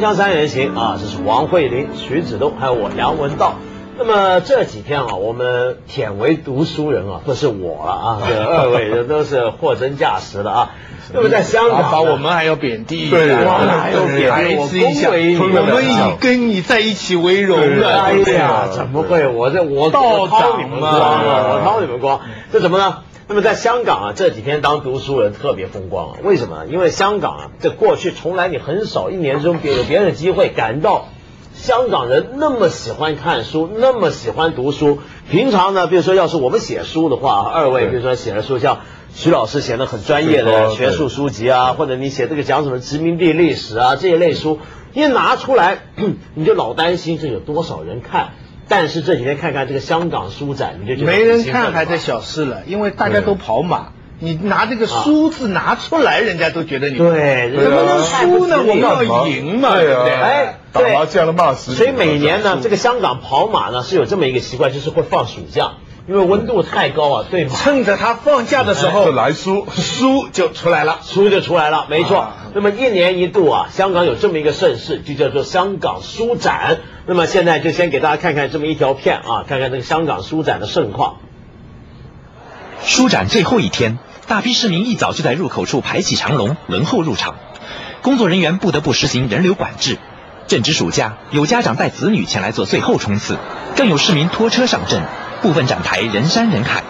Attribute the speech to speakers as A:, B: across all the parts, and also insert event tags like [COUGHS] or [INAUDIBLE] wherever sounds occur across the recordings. A: 江三人行啊，这是王慧玲、徐子东，还有我杨文道。那么这几天啊，我们舔为读书人啊，不是我了啊， [LAUGHS] 这二位这都是货真价实的
B: [LAUGHS]
A: 啊。那么在香港呢，
B: 啊把我们还要贬低一下，
C: 对对对
A: 哇哪有
C: 对对
A: 贬低我
B: 是一下，
A: 恭维你
B: 我
A: 们
B: 们以跟你在一起为荣
C: 对对
B: 的。
A: 哎
C: 对对
A: 呀，怎么会？我这我我
B: 道
A: 掏
B: 长
A: 你们光
B: 嘛
A: 啊！我掏你们光，这怎么呢？那么在香港啊，这几天当读书人特别风光啊，为什么呢？因为香港啊，这过去从来你很少一年中别有别人的机会感到。香港人那么喜欢看书，那么喜欢读书。平常呢，比如说，要是我们写书的话，二位
C: 对
A: 比如说写的书，像徐老师写的很专业
C: 很
A: 的
C: 多
A: 学术
C: 对
A: 书籍啊，或者你写这个讲什么殖民地历史啊这一类书，一拿出来 [COUGHS] 你就老担心这有多少人看。但是这几天看看这个香港书展，你就觉得
B: 没人
A: 很兴奋
B: 看
A: 了
B: 还在小事了，因为大家都跑马。你拿这个书字拿出来，人家都觉得你
A: 对，
B: 怎么能输呢？
A: 看不起你
B: 我们要赢嘛，
C: 对
B: 对不
C: 啊
B: 对？
A: 哎
C: 打
A: 对
C: 麻将了骂死你
A: 所以每年呢，
C: 是
A: 这个香港跑马呢是有这么一个习惯，就是会放暑假，因为温度太高啊，对马
B: 趁着他放假的时
C: 就
B: 候，
C: 来输，
B: 书就出来了。
A: 书就出来了，没错。
B: 啊
A: 那么一年一度啊，香港有这么一个盛事，就叫做香港书展。那么现在就先给大家看看这么一条片啊，看看这个香港书展的盛况。
D: 书展最后一天，大批市民一早就在入口处排起长龙，轮候入场。工作人员不得不实行人流管制。正值暑假，有家长带子女前来做最后冲刺，更有市民拖车上阵，部分展台人山人海。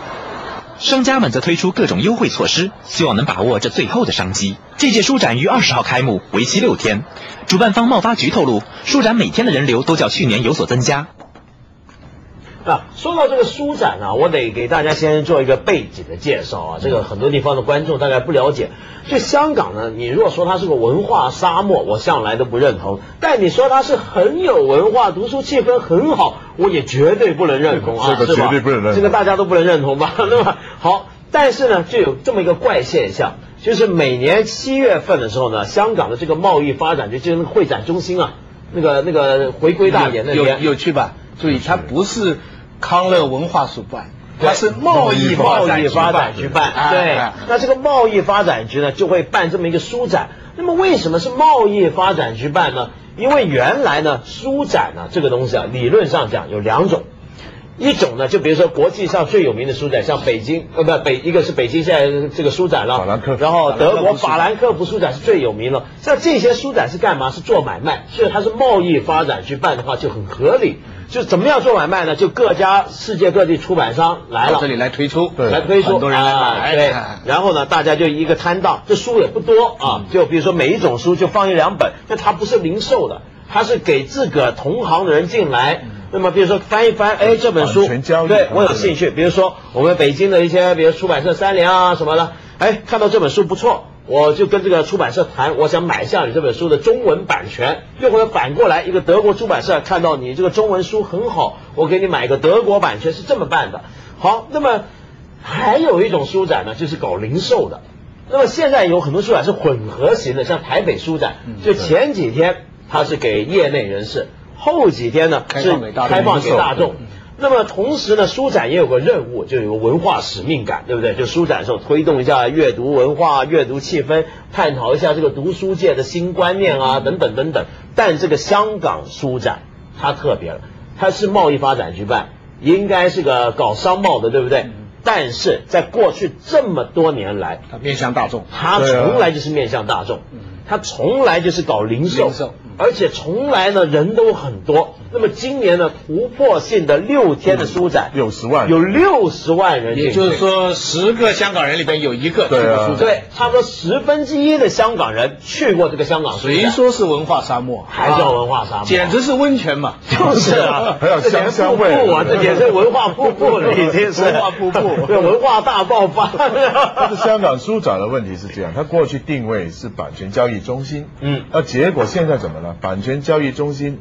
D: 商家们则推出各种优惠措施，希望能把握这最后的商机。这届书展于二十号开幕，为期六天。主办方贸发局透露，书展每天的人流都较去年有所增加，
A: 啊，说到这个书展啊，我得给大家先做一个背景的介绍
C: 嗯
A: 啊。这个很多地方的观众大概不了解。就香港呢，你如果说它是个文化沙漠，我向来都不认同；但你说它是很有文化，读书气氛很好，我也绝对不能认同啊，
C: 这个
A: 是吧
C: 绝对不能认同
A: 这个大家都不能认同吧？ [LAUGHS] 那么好，但是呢，就有这么一个怪现象。就是每年七月份的时候呢，香港的这个贸易发展局就是那个会展中心啊，那个那个回归大典那
B: 有
A: 边
B: 有有趣吧？注意，它不是康乐文化署办，
A: 对
B: 它是贸易
A: 贸
B: 发
A: 易
B: 展
A: 发展局办，
B: 哎
A: 对
B: 哎，
A: 那这个贸易发展局呢就会办这么一个书展。那么为什么是贸易发展局办呢？因为原来呢书展呢这个东西啊，理论上讲有两种。一种呢，就比如说国际上最有名的书展，像北京，呃，不，北一个是北京现在这个书展了，
C: 法兰克福
A: 然后德国法
B: 法
A: 兰克福书展是最有名了。像这些书展是干嘛？是做买卖，所以它是贸易发展去办的话就很合理。就怎么样做买卖呢？就各家世界各地出版商来了，
B: 到这里来推出，
C: 对
A: 来推出，
B: 很多人来
A: 啊
B: 买，
A: 对
B: 哎。嗯
A: 然后呢，大家就一个摊档，这书也不多啊，就比如说每一种书就放一两本，但它不是零售的，它是给自个儿同行的人进来。
B: 嗯
A: 那么比如说翻一翻，哎，这本书，
C: 版权交易
A: 对我有
C: 啊
A: 兴趣。比如说我们北京的一些，比如出版社三联啊什么的，哎，看到这本书不错。我就跟这个出版社谈，我想买下你这本书的中文版权。又或者反过来，一个德国出版社看到你这个中文书很好，我给你买个德国版权，是这么办的。好，那么还有一种书展呢，就是搞零售的。那么现在有很多书展是混合型的，像台北书展，就前几天它是给业内人士，后几天呢
B: 开
A: 是
B: 放给大众嗯
A: 开放给
C: 零售
A: 大众。那么同时呢，书展也有个任务，就有个文化使命感，对不对？就书展的时候推动一下阅读文化、阅读气氛，探讨一下这个读书界的新观念啊，
B: 嗯
A: 等等等等。但这个香港书展它特别了，它是贸易发展局办，应该是个搞商贸的，对不
B: 嗯
A: 对？但是在过去这么多年来，
B: 它哎面向大众，
A: 他
C: 对啊
A: 从来就是面向大众，他从来就是搞零售，
B: 啊嗯零售嗯
A: 而且从来呢人都很多。那么今年呢，突破性的六天的书展，
C: 有十万，
A: 有六十万人进
B: 也
A: 去，
B: 就是说，十个香港人里边有一个
C: 对
B: 去
C: 啊
B: 过书展
A: 对，差不多十分之一的香港人去过这个香港书展，
B: 谁说是文化沙漠？啊
A: 还叫文化沙漠？
B: 简直是温泉嘛！
A: 就是啊，
C: 还有
A: 这简
C: 香
A: 直
C: 香味
A: 瀑布啊，这简直文化瀑布
B: [LAUGHS]
A: 了，已经是
B: 文化瀑布
A: 对，文化大爆
B: [LAUGHS]
A: 发。
C: 但是香港书展的问题是这样，它过去定位是版权交易中心，
A: 嗯，
C: 那结果现在怎么了？版权交易中心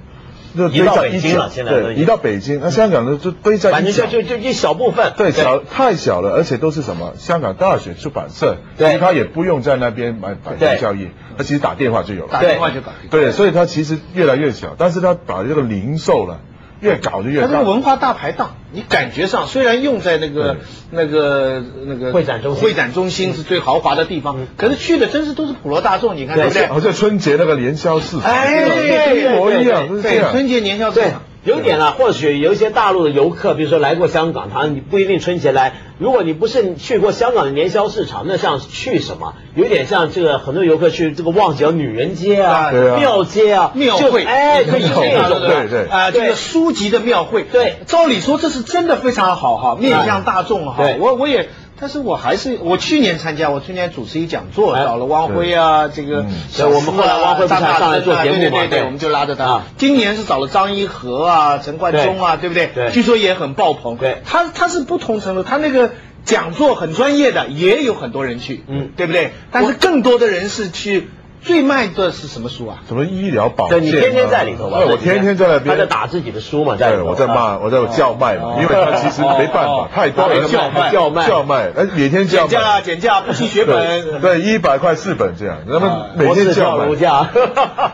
C: 就
A: 移到
C: 堆在
A: 北
C: 一
A: 京
C: 角
A: 了现在都已
C: 对，
A: 经嗯
C: 移到北京，那香港的就堆在
A: 反
C: 一
A: 正
C: 角
A: 就。就就一小部分，
C: 对，小太小了，而且都是什么香港大学出版社，
A: 对
C: 其实他也不用在那边买版
A: 对
C: 权交易，他其实打电话就有了。
B: 打电话就搞定。
C: 对，所以它其实越来越小，但是它把这个零售呢，越搞就
B: [LAUGHS]
C: 越
B: 它
C: 大。
B: 这个文化大排档，你感觉上虽然用在那个那个那个
A: 会展中心嗯
B: 会展中心是最豪华的地方，可是去的真是都是普罗大众，你看对
A: 对
B: 不对？
C: 好像春节那个年宵市场，
B: 哎
C: 一模一样，都是这
B: 对，
C: 样。
B: 春节年宵市
A: 对
B: 场，，
A: 有点啊，或许有一些大陆的游客，比如说来过香港，他你不一定春节来。如果你不是去过香港的年宵市场，那像去什么？有点像这个很多游客去这个旺角女人街啊、
B: 啊
C: 对啊
A: 庙街啊、
B: 庙
A: 就
B: 会，
A: 哎，就是
C: 庙会
A: 那种
C: 对对
B: 啊，这
A: 对
B: 个书籍的庙会，
A: 对嗯
B: 照理说这是真的非常好哈，面向大众哈
A: 对，
B: 我我也。但是我还是我去年参加，我去年主持一讲座，
A: 哎
B: 找了汪辉啊，这个
C: 嗯
B: 小苏
A: 对
B: 啊
A: 我们后来汪辉不是
B: 张大
A: 上来
B: 春
A: 做
B: 啊
A: 节目
B: 对
A: 嘛
B: 对对，
A: 对
B: 我们就拉着他
A: 啊。
B: 今年是找了张一和啊、陈冠中啊，对不对？
A: 对
B: 据说也很爆棚。
A: 对
B: 他他是不同程度，他那个讲座很专业的，也有很多人去，
A: 嗯
B: 对不对？但是更多的人是去，最卖的是什么书啊？
C: 什么医疗保
A: 对
C: 健、啊？
A: 你天天在里头吧？
C: 对，我天天在那边。
A: 他在打自己的书嘛，在里
C: 对，
A: 头。
C: 我在骂，我在叫卖嘛，因为他其实没办法，太多人
B: 叫卖
C: 叫
A: 叫
C: 卖，
A: 卖
C: 叫卖，哎，每天叫
B: 减价啊，
C: 卖，
B: 减价，不惜血
C: 对
B: 本。
C: 对，一百块四本这样，他
B: 啊
C: 们每
A: 我
C: 天
A: 是
C: 叫
A: 叫
C: 卖
A: 如，家。
C: [LAUGHS]
A: 嗯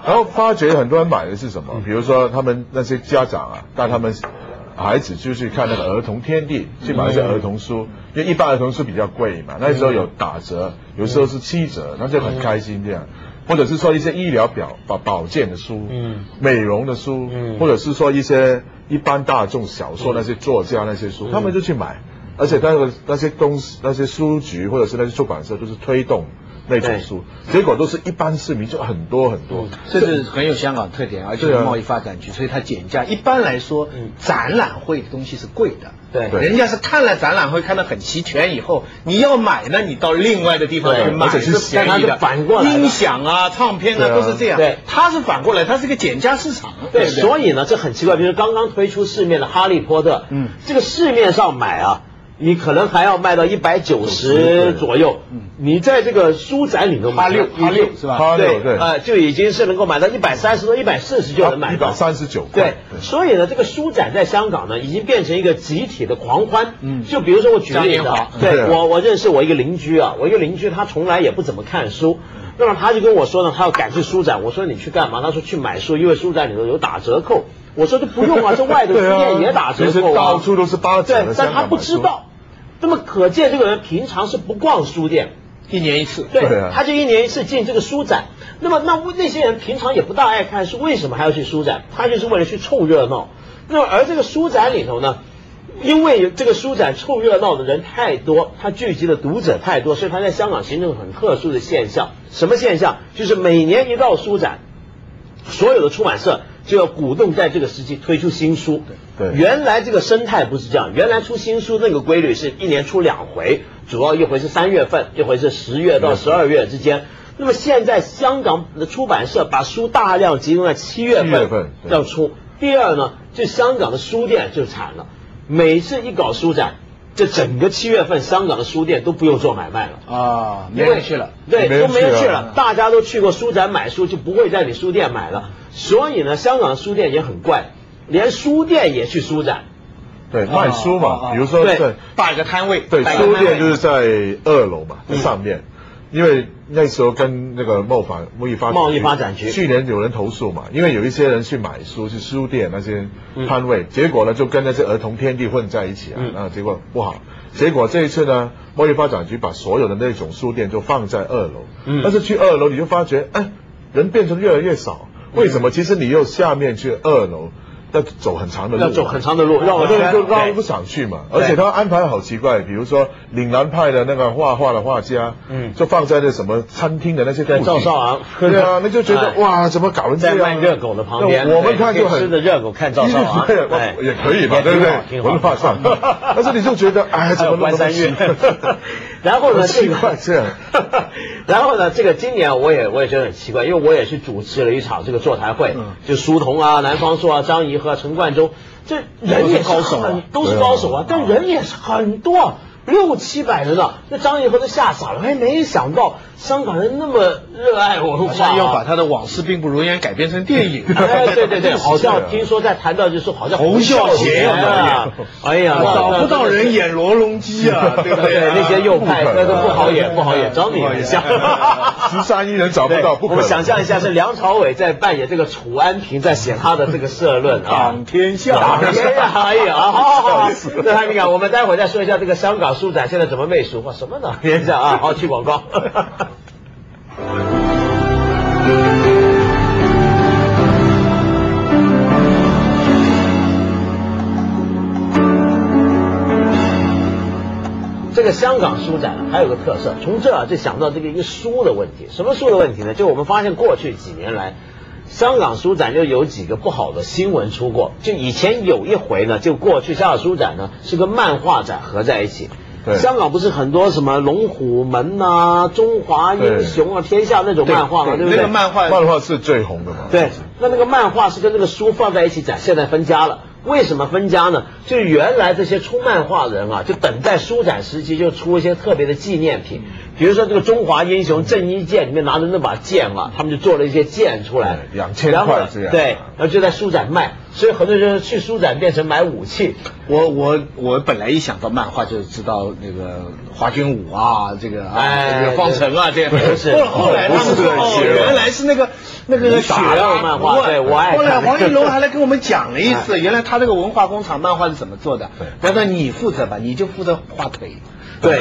C: 然后发觉很多人买的是什么？比如说他们那些家长啊，带他们孩子就去看那个儿童天地，
A: 嗯
C: 去买一些儿童书，因为一般儿童书比较贵嘛，那时候有打折，有时候是七折，
A: 嗯
C: 那就很开心这样。或者是说一些医疗表保保健的书，
A: 嗯，
C: 美容的书，
A: 嗯
C: 或者是说一些一般大众小说那些作家那些书，
A: 嗯
C: 他们就去买。而且那个那些东西、那些书局或者是那些出版社都是推动那种
A: 对
C: 书，结果都是一般市民就很多很
A: 嗯
C: 多。
B: 这是很有香港特点，而且是
C: 对啊
B: 贸易发展区，所以它减价。一般来说
A: 嗯，
B: 展览会的东西是贵的，
A: 对
B: 人家是看了展览会看得很齐全以后，你要买呢，你到另外的地方
A: 对
B: 去买，
C: 而且是
B: 便
A: 但
B: 宜
A: 它
B: 的。
A: 是反过来的
B: 音响啊、唱片啊
C: 对啊
B: 都是这样，
A: 对
B: 它是反过来，它是一个减价市场，
A: 对，
B: 不
A: 所以呢，这很奇怪，比如刚刚推出市面的《哈利波特》，
B: 嗯
A: 这个市面上买啊，你可能还要卖到一百九
C: 对
A: 十左右，你在这个书展里头买
B: 哈六哈六是吧
C: 哈六
A: 对
C: 对
A: 呃，就已经是能够买到一百三十多、一百四十就能买
C: 啊一
A: 到
C: 百。三十九块
A: 对，，所以呢，这个书展在香港呢，已经变成一个集体的狂欢。
B: 嗯
A: 就比如说我举个例子
B: 嘉年华
A: 啊，
C: 对
A: 对我我认识我一个邻居啊，我一个邻居他从来也不怎么看书，那么他就跟我说呢，他要赶去书展，我说你去干嘛？他说去买书，因为书展里头有打折扣。我说这不用啊，这外
C: [LAUGHS]
A: 头书
C: 对啊，
A: 店也打折
C: 其实
A: 扣
C: 到
A: 啊。
C: 处都是八折
A: 对
C: 的，，
A: 但
C: 香
A: 他
C: 港
A: 不
C: 买书
A: 知道，那么可见这个人平常是不逛书店。
B: 一年一次，
A: 对，
C: 对啊
A: 他就一年一次进这个书展。那么，那那些人平常也不大爱看书，为什么还要去书展？他就是为了去凑热闹。那么，而这个书展里头呢，因为这个书展凑热闹的人太多，他聚集的读者太多，所以他在香港形成了很特殊的现象。什么现象？就是每年一到书展，所有的出版社就要鼓动在这个时期推出新书。
C: 对
A: 原来这个生态不是这样，原来出新书那个规律是一年出两回，主要一回是三月份，一回是十月到十二月之间。那么现在香港的出版社把书大量集中在七月
C: 7月份
A: 份
C: 对
A: 要出。第二呢，就香港的书店就惨了，每次一搞书展，这整个七月份香港的书店都不用做买卖了。
B: 啊，没
A: 因为
B: 人去了。
A: 对，
C: 没人
A: 都没人
C: 去
A: 去
C: 了
A: 了，大家都去过书展买书，就不会在你书店买了。所以呢，香港的书店也很怪，连书店也去书展。
C: 对卖书
B: 啊啊啊
C: 嘛，比如说
A: 哦对
C: 对
B: 摆个摊位，
C: 对
B: 摆个摊
C: 书
B: 位
C: 店就是在二楼嘛，
A: 嗯
C: 在上面。因为那时候跟那个贸发贸易发展
A: 贸易发展局
C: 去年有人投诉嘛，因为有一些人去买书去书店那些
A: 嗯
C: 摊位，结果呢就跟那些儿童天地混在一起啊，
A: 嗯
C: 那结果不好。结果这一次呢，贸易发展局把所有的那种书店就放在二楼，
A: 嗯
C: 但是去二楼你就发觉，哎，人变成越来越少，为什
A: 嗯
C: 么？其实你又下面去二楼。要走很长的路啊，
A: 要走很长的路绕个
C: 我就
A: 圈
C: 就绕
A: 对
C: 不想去嘛。
A: 对
C: 而且他安排好奇怪，比如说岭南派的那个画画的画家，
A: 嗯
C: 就放在那什么餐厅的那些布
A: 对
C: 景
A: 赵少昂
C: 对啊，那就觉得
A: 哎
C: 哇，怎么搞成这
A: 在
C: 样啊？
A: 卖热狗的旁边
C: 那我们
A: 对
C: 看就
A: 可以
C: 很
A: 吃着热狗看赵少昂
C: 对
A: 哎
C: 也可以嘛，
A: 也挺好
C: 对不对？
A: 挺好
C: 文化上，但是你就觉得
B: [LAUGHS]
C: 哎，
A: 还
C: 怎
A: 有
C: 么
A: 关
C: 那么
A: 山
C: 奇
A: 月。
C: 怪
A: [LAUGHS] 然后呢，这
C: 奇怪
A: 个
C: 这样，
A: [LAUGHS] 然后呢，这个今年啊我也我也觉得很奇怪，因为我也去主持了一场这个座谈会，
B: 嗯
A: 就苏童啊、南方朔啊、张怡和陈冠中，这人也是
B: 都是高手啊
A: 很都是高手啊，但人也是很多。六七百人啊，那张艺和都吓傻了，哎，没想到香港人那么热爱文
B: 好
A: 化、啊，
B: 像要把他的往事并不如烟改编成电影。
A: 哎，对对
B: [LAUGHS]
A: 对，好
C: 是
A: 像
C: 啊
A: 听说在谈到就是好像
B: 侯孝贤
A: 啊，
B: 啊
A: 哎呀，
B: 找不到人演罗隆基啊， [LAUGHS] 对不对
A: 对
B: 啊？
A: 那些
B: [LAUGHS]
A: 右派
C: 不可
A: 那
C: 能
A: 都不好演，不好演，找你
B: 不好
A: 很
B: 演
A: 像。
C: 十三亿人找不
A: 对
C: 到，不可
A: 我
C: 能。
A: 们想象一下，是梁朝伟在扮演这个楚安平，在写他的这个社论
B: [LAUGHS]
A: 啊。
B: 党天下
A: 啊，，天呀！哎呀，好好好好
C: 笑死，
A: 对，敏感，我们待会儿再说一下这个香港书展现在怎么媚俗化，什么呢？等一下啊，好，去广告。这个香港书展还有个特色，从这儿就想到这个一个书的问题。什么书的问题呢？就我们发现过去几年来，香港书展就有几个不好的新闻出过。就以前有一回呢，就过去香港书展呢是跟漫画展合在一起
C: 对。
A: 香港不是很多什么龙虎门呐、中华英雄啊、天下那种漫画嘛，对不
B: 那
A: 对？
B: 个漫画
C: 漫画是最红的嘛？
A: 对，那那个漫画是跟这个书放在一起展，现在分家了。为什么分家呢？就原来这些出漫画人啊，就等待书展时期就出一些特别的纪念品，比如说这个《中华英雄郑伊健》里面拿着那把剑嘛，他们就做了一些剑出来，
C: 对2000
A: 然后
C: 块这样
A: 对，然后就在书展卖，所以很多人去书展变成买武器，
B: 我我我本来一想到漫画就知道那个华君武啊，这个
A: 哎
B: 啊，这个方程啊，这样。
A: 不是
B: 后后来他们说
C: 不是
B: 哦，
C: 是
B: 原来是那个那个
A: 雪
B: 雪
A: 啊
B: 啊
A: 漫画对我爱看
B: 后来黄云龙还来跟我们讲了一次，原来他这个文化工厂漫画是怎么做的
C: 对。
B: 他说你负责吧，你就负责画腿。
A: 对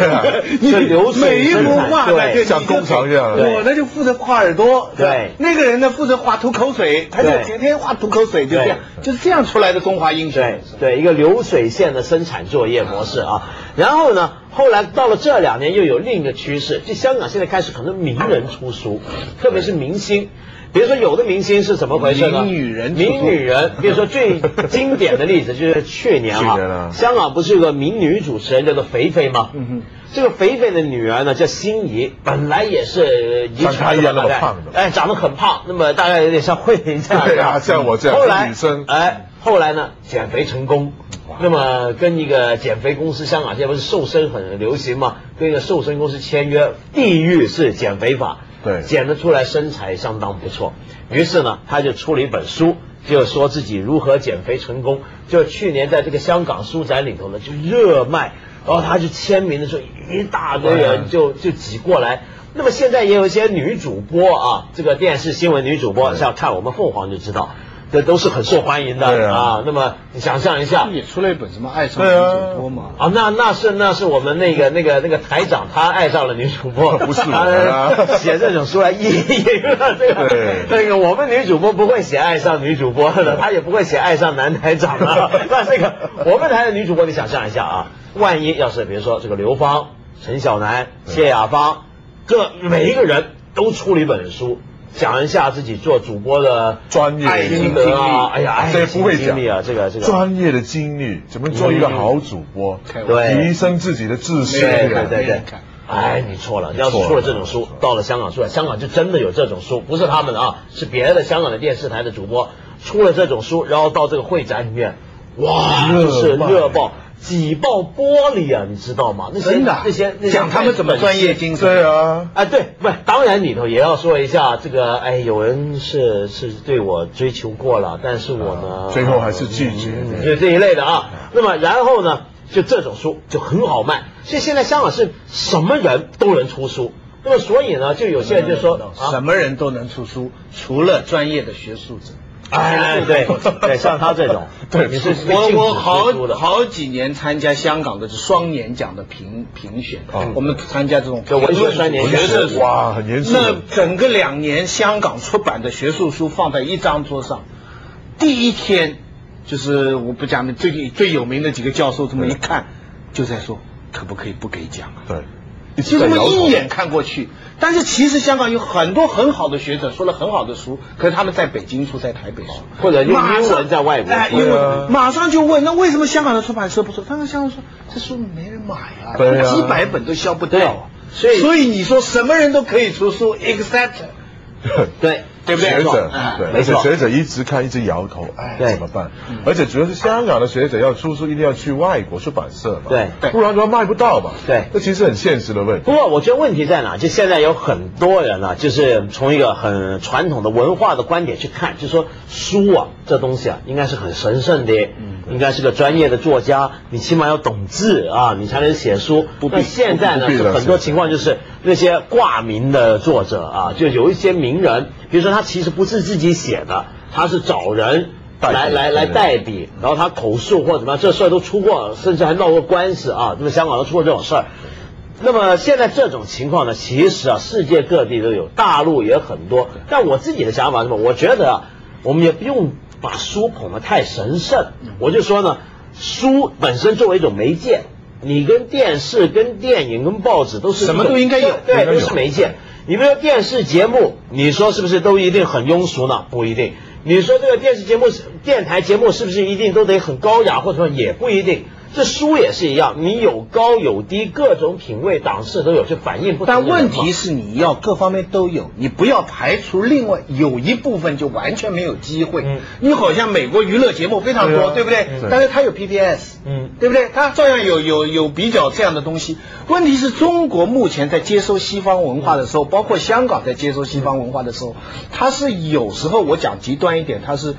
A: [LAUGHS]
B: 你
A: 就流水
B: 每一幅
A: 生产
B: 画
A: 对
B: 呢，就
C: 像工厂一样
B: 对我呢就负责画耳朵，
A: 对
B: 是吧那个人呢负责画吐口水，他就
A: 对
B: 天天画吐口水，就这样，
A: 对
B: 就是这样出来的中华英雄。
A: 对对，一个流水线的生产作业模式啊。然后呢，后来到了这两年又有另一个趋势，就香港现在开始很多名人出书，特别是明星。比如说，有的明星是怎么回事呢？
B: 名女人出书
A: 名女人。比如说最经典的例子就是去年
C: [LAUGHS] 去年啊
A: 啊，香港不是有个名女主持人叫做肥肥吗？嗯哼。这个肥肥的女儿呢叫心仪，本来也是遗
C: 像
A: 传
C: 她一样那么
A: 大概
C: 胖的
A: 哎，长得很胖，那么大概有点像慧玲这样的。
C: 对啊像我这样
A: 后来
C: 女生
A: 哎，后来呢，减肥成功。那么跟一个减肥公司，香港现在不是瘦身很流行嘛？跟一个瘦身公司签约，地狱式减肥法，
C: 对
A: 减得出来身材相当不错。于是呢，他就出了一本书，就说自己如何减肥成功。就去年在这个香港书展里头呢，就热卖，然后他就签名的时候，一大堆人就就挤过来。那么现在也有一些女主播啊，这个电视新闻女主播，像看我们凤凰就知道，这都是很受欢迎的
C: 对啊
A: 啊。那么你想象一下
B: 不。也出了一本什么《爱上女
C: 对啊
B: 主播》嘛？
A: 啊，那那是那是我们那个那个那个台长，他爱上了女主播，
C: [LAUGHS] 不是我
A: 他
C: 啊
A: 写这种书来意淫了这个
C: 对
A: 那个我们女主播不会写爱上女主播的，她也不会写爱上男台长
C: [LAUGHS]
A: 啊。那这个我们台的女主播，你想象一下啊，万一要是比如说这个刘芳、陈小南、
C: 嗯
A: 谢雅芳，各每一个人都出了一本书，讲一下自己做主播的
C: 专业
A: 爱情的啊，哎呀，爱
C: 这
A: 情
C: 不会
A: 经
C: 讲
A: 历啊，这个这个。
C: 专业的经历，怎么做一个好主播，
B: 嗯
A: 对
C: 提升自己的自信
A: 对对
C: 啊。
A: 对对。哎，你错了，要是出了这种书，到了香港出来，香港就真的有这种书，不是他们的啊，是别的香港的电视台的主播出了这种书，然后到这个会展里面，哇，
C: 热
A: 就是
C: 卖
A: 热爆，挤爆玻璃啊，你知道吗？那些
B: 真的啊
A: 那些那些
B: 讲他们怎么
A: 粉丝
B: 专业精神。
C: 对啊，
A: 啊，对，不，当然里头也要说一下这个，哎，有人是是对我追求过了，但是我呢，
C: 啊最后还是拒绝
A: 嗯
C: 对
A: 就这一类的啊。那么然后呢，就这种书就很好卖，所以现在香港是什么人都能出书。那么所以呢，就有些人就说
B: 什
A: 啊，
B: 么人都能出书，除了专业的学术者。
A: 哎，对对，像他这种，
C: [LAUGHS] 对
A: 你是被
B: 我
A: 禁止
B: 我
A: 出书
B: 好
A: 的，
B: 好几年参加香港的双年奖的评评选
C: 哦，
B: 我们参加这种
A: 就文学双年
B: 评
A: 奖
B: 论学术
C: 哇很严肃
B: 那整个两年，香港出版的学术书放在一张桌上，第一天就是我不讲最最有名的几个教授，这么一看就在说，可不可以不给奖啊？
C: 对，一
B: 就
C: 直
B: 这
C: 在
B: 么
C: 摇头
B: 一眼看过去，但是其实香港有很多很好的学者，说了很好的书，可是他们在北京出，在台北出，
A: 或者用
B: 马上
A: 英文在外国
B: 哎，
A: 出
B: 英
C: 对啊
B: 文马上就问，那为什么香港的出版社不出？当然香港说这书没人买啊，
C: 对啊
B: 几百本都销不掉啊，
A: 对所以
B: 所以你说什么人都可以出书，except
A: 对，
B: 对不对？
C: 学者
B: 哎
C: 对，
A: 没
C: 而且
A: 错
C: 学者一直看，一直摇头，哎，
A: 对
C: 怎么办？而且主要是香港的学者要出书，一定要去外国出版社嘛，
A: 对
B: 对
C: 不然的话卖不到嘛，
A: 对
C: 这其实很现实的问题。
A: 不过我觉得问题在哪？就现在有很多人啊，就是从一个很传统的文化的观点去看，就说书啊这东西啊，应该是很神圣的，
C: 嗯
A: 应该是个专业的作家，你起码要懂字啊，你才能写书。
C: 不必
A: 那现在呢，
C: 不必了
A: 很多
C: 是
A: 情况就是那些挂名的作者啊，就有一些名人，比如说他其实不是自己写的，他是找人。
C: 代
A: 来
C: 笔
A: 来来
C: 对
A: 代笔，然后他口述或者怎么样，这事儿都出过，甚至还闹过官司啊。那么香港都出过这种事儿。那么现在这种情况呢，其实啊，世界各地都有，大陆也很多。但我自己的想法是什么？我觉得啊，我们也不用把书捧得太神圣。我就说呢，书本身作为一种媒介，你跟电视、跟电影、跟报纸都是
B: 什么
A: 一种
B: 都应该有
A: 对，
C: 应该
A: 都
C: 有
A: 是媒介。你比如说电视节目，你说是不是都一定很庸俗呢？不一定。你说这个电视节目是、电台节目是不是一定都得很高雅，或者说也不一定。这书也是一样，你有高有低，各种品味档次都有，去反映不同的
B: 但
A: 人嘛。
B: 问题是你要各方面都有，你不要排除另外有一部分就完全没有机会。
A: 嗯
B: 你好像美国娱乐节目非常多，
C: 对啊
B: 对不对？
C: 嗯
B: 但是它有 PBS，
A: 嗯
B: 对不对？它照样有有有比较这样的东西。问题是中国目前在接收西方文化的时候，包括香港在接收西方文化的时候，它是有时候我讲极端一点，它是。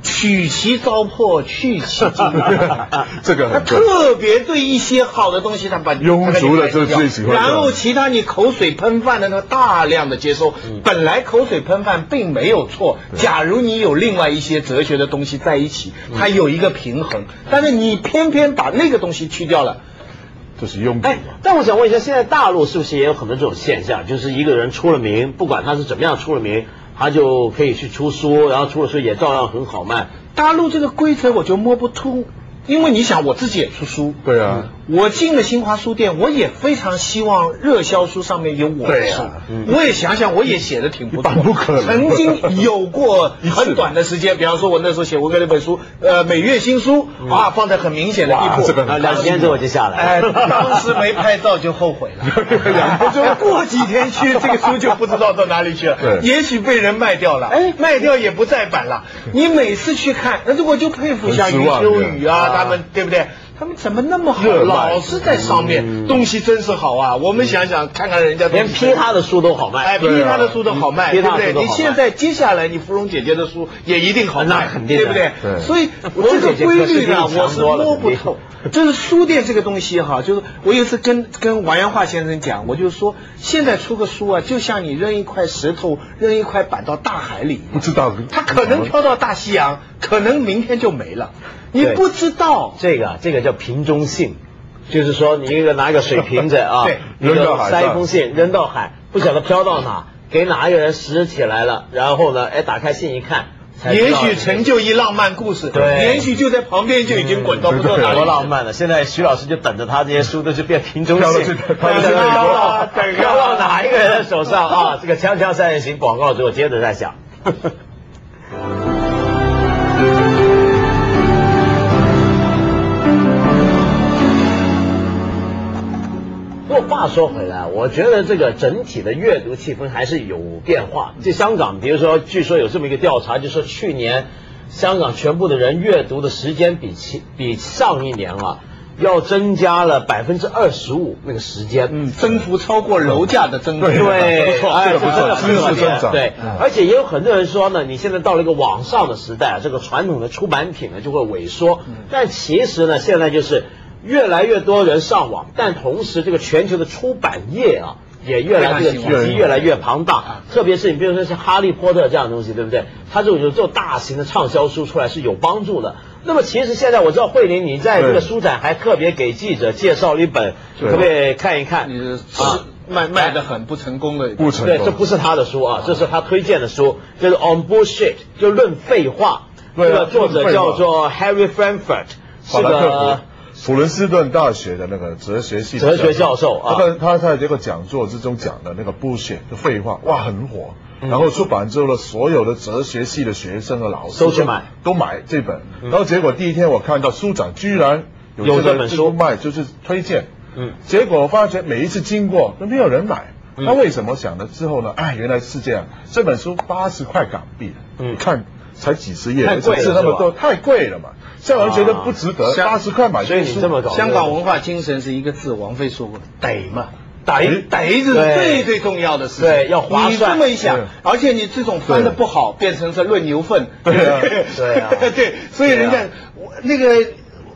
B: 取其糟粕，去其精
A: [LAUGHS]
B: 华
C: 这个
B: 他
C: 很对
B: 特别对一些好的东西，他把你
C: 庸俗的
B: 他把你排斥掉
C: 就是最喜欢的
B: 然后其他你口水喷饭的，那大量的接收，
C: 嗯
B: 本来口水喷饭并没有错。假如你有另外一些哲学的东西在一起，
C: 嗯
B: 它有一个平衡。但是你偏偏把那个东西去掉了，
C: 就是庸俗
A: 哎
C: 嘛，，
A: 但我想问一下，现在大陆是不是也有很多这种现象？就是一个人出了名，不管他是怎么样出了名，他就可以去出书，然后出了书也照样很好卖。
B: 大陆这个规则我就摸不通。因为你想，我自己也出书，
C: 对啊，
B: 我进了新华书店，我也非常希望热销书上面有我的
C: 对
B: 书，
C: 啊
B: 我也想想我也写的挺不
C: [LAUGHS]
B: 错，
C: 一般不可
B: 曾
C: 能
B: 经有过
C: 一次
B: 很短的时间，比方说我那时候写过个那本书，呃，每月新书、啊，放在很明显的地
C: 嗯哇
B: 步，
C: 这个
A: 啊，
C: 很
A: 两千多我就下来
B: 哎，
A: 了。
B: 当时没拍照就后悔了，就过几天去这个书就不知道到哪里去了
C: 对，
B: 也许被人卖掉了，哎，卖掉也不再版了。你每次去看，那我就佩服像
C: 很
B: 余
C: 失望
B: 秋雨啊，
A: 对
B: 他们对不对？他们怎么那么好，
C: 热卖
B: 老是在上面，东西真是好啊！我们想想看看人家东
A: 连
B: 西
A: 批他的书都好卖，
B: 哎，批
C: 对啊
B: 他的书都好卖，
A: 批
B: 对
A: 他
B: 不
A: 的
B: 对？
A: 嗯书都好卖
B: 你现在接下来你芙蓉姐姐的书也一定好卖，
A: 那肯定的
B: 对不对？
C: 对
B: 所以
A: 芙蓉
B: 这个
A: 姐姐
B: 规
A: 可是
B: 律
A: 比你
B: 呢，我
A: 强
B: 是
A: 多了
B: 摸不
A: 肯定
B: 透。就是书店这个东西哈，就是我有一次跟跟王阳化先生讲，我就说现在出个书啊，就像你扔一块石头、扔一块板到大海里一
C: 不
B: 样，
C: 知道
B: 它可能飘到大西洋，可能明天就没了，你
A: 对
B: 不知道。
A: 这个啊这个叫瓶中信，就是说你一个拿个水瓶子
C: [LAUGHS]
A: 啊
B: 对，
A: 你就
C: 扔到海
A: 塞
C: 上
A: 一封信扔到海，不晓得飘到哪，给哪一个人拾起来了，然后呢，哎，打开信一看，才知
B: 也
A: 道
B: 许成就一浪漫故事，
A: 对
B: 也许就在旁边就已经滚到不知道哪里去
A: 多
B: 了。
A: 浪漫了！现在徐老师就等着他这些书都是变瓶中
C: 飘到
A: 信 [LAUGHS]
C: 这，
A: 飘到
C: 飘到这里
A: 哪飘到哪一个人的手上啊？这个锵锵三人行广告之后接着再想。不过话说回来，我觉得这个整体的阅读气氛还是有变化。这香港，比如说，据说有这么一个调查，就说去年香港全部的人阅读的时间比其比上一年啊要增加了百分之二十五那个时间。
B: 嗯，增幅超过楼价的增幅，
A: 对，
C: 不错
A: 哎
C: 这个不错
A: 真的
C: 知识
A: 很有
C: 增长
A: 对，而且也有很多人说呢，你现在到了一个网上的时代啊，这个传统的出版品呢就会萎缩。嗯但其实呢，现在就是越来越多人上网，但同时这个全球的出版业啊。也越来这个
B: 非常
A: 体
B: 兴旺
A: 积越来越庞大，特别是你比如说像《哈利波特》这样的东西，对不对？它这种有这种大型的畅销书出来是有帮助的。那么其实现在我知道慧玲你在这个
C: 对
A: 书展还特别给记者介绍了一本，
C: 对
A: 可不可以看一看？
B: 你是
A: 啊
B: 卖卖的很不成功的，
C: 不成
A: 对，
C: 功，
A: 这不是他的书啊，这是他推荐的书，就是《On Bullshit》，就论废话。
C: 对
A: 这个
C: 啊
A: 作者
C: 论废话
A: 叫做 Harry Frankfurt，是
C: 法兰克
A: 个
C: 福，普林斯顿大学的那个哲学系
A: 哲
C: 的
A: 学教授啊
C: 他在他在这个讲座之中讲的那个 bullshit 就废话，哇，很火。
A: 嗯
C: 然后出版之后呢，所有的哲学系的学生和老师
A: 都去买，嗯
C: 都买这本。然后结果第一天我看到书展居然
A: 有
C: 这
A: 这
C: 个
A: 本
C: 这
A: 书
C: 个卖，就是推荐。
A: 嗯
C: 嗯，结果我发觉每一次经过都没有人买，那为什么想了之后呢？哎，原来是这样。这本书八十块港币，
A: 嗯
C: 嗯，看才几十页，
A: 太贵了
C: 字那么多，太贵了嘛。像我觉得不值得，
B: 啊
C: 八十块买
A: 所以你
C: 书
A: 这么搞
B: 香港文化精神是一个字，王菲说过，得嘛。
A: 逮
B: 逮是
A: 对
B: 最最重要的事情，
A: 哎对要划算嗯
B: 你这么一想
C: 对，
B: 而且你这种翻的不好，变成是论牛粪，
C: 对
B: [LAUGHS]
C: 啊
A: 对啊
B: 对，所以人
A: 对
B: 家
A: 啊
B: 我那个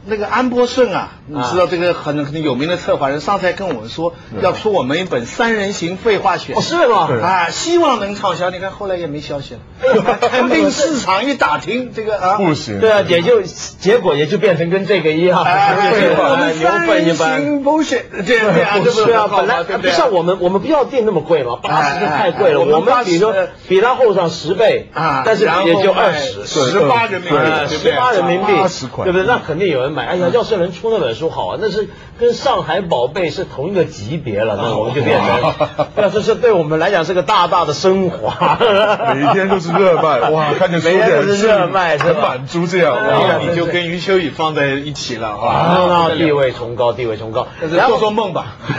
B: 那个安波顺啊，你知道这个很很有名的策划人，上次还跟我们说要出我们一本三人行废话选，
A: 嗯哦是吗对
B: 啊，希望能畅销，你看后来也没消息
A: [LAUGHS]
B: 了，肯定市场一打听这个啊，
C: 不行。
A: 对啊，也就结果也就变成跟这个一样，
B: 哎，
A: 就是
B: 对
A: 废
B: 我
A: 话
B: 们
A: 牛
B: 三
A: 粪一
B: 人
A: 般。
B: 行 bullshit，这样这样，这不
A: 对啊，
B: 好
A: 本
B: 吗
A: 来
B: 对不
A: [LAUGHS] 不
B: 对？
A: 像我们，我们不要定那么贵嘛，八十就太贵了。
B: 哎哎哎
A: 我
B: 我们
A: 们比如说
B: 80
A: 比他厚上十倍
B: 啊
A: 但是
B: 然后
A: 也就
B: 卖
A: 二十，
B: 十八人民币，
C: 对
A: 呃，
B: 对不
A: 十
B: 对
A: 八人民币，
C: 80块
A: 对不对？那肯定有人买。哎呀，要是能出那本书好啊，那是跟《上海宝贝》是同一个级别了，那我们就变成
C: 哇，
A: 对啊，这是对我们来讲是个大大的升华。
C: 每
A: [LAUGHS]
C: 天都是热卖，哇，看见书
A: 每天都
C: 店
A: 是热卖是
C: 很
A: 吧
C: 满足这样，
A: 哎呀
C: 哇
B: 然后啊你就跟余秋雨放在一起了，哇，
A: 啊，地位崇高，地位崇高。
B: 但是
A: 然后。
B: 做做梦 [LAUGHS] 吧
A: [LAUGHS]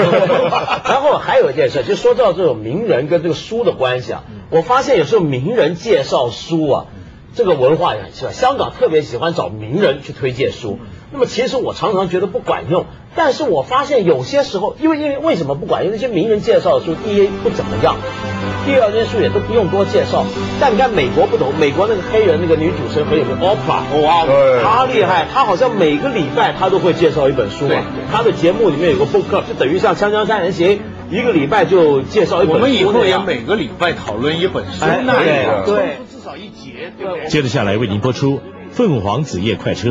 A: 然后还有一件事，就说到这种名人跟这个书的关系啊，我发现有时候名人介绍书啊，这个文化也很奇怪。香港特别喜欢找名人去推荐书，那么其实我常常觉得不管用，但是我发现有些时候，因为因为为什么不管用？那些名人介绍的书，第一不怎么样。第二，那些书也都不用多介绍，但你看美国不同，美国那个黑人那个女主持人很有名，Oprah，
B: 哇
C: 对
A: 他厉害，他好像每个礼拜他都会介绍一本书
B: 对
A: 嘛。他的节目里面有个 book club，就等于像《锵锵三人行》，一个礼拜就介绍一本书
B: 我
A: 那样。
B: 们以后也每个礼拜讨论一本 [LAUGHS] 书，
A: 哎
B: 那
A: 对
B: 也
A: 对
B: 至少一节，对不对？
E: 接着下来为您播出《凤凰紫夜快车》。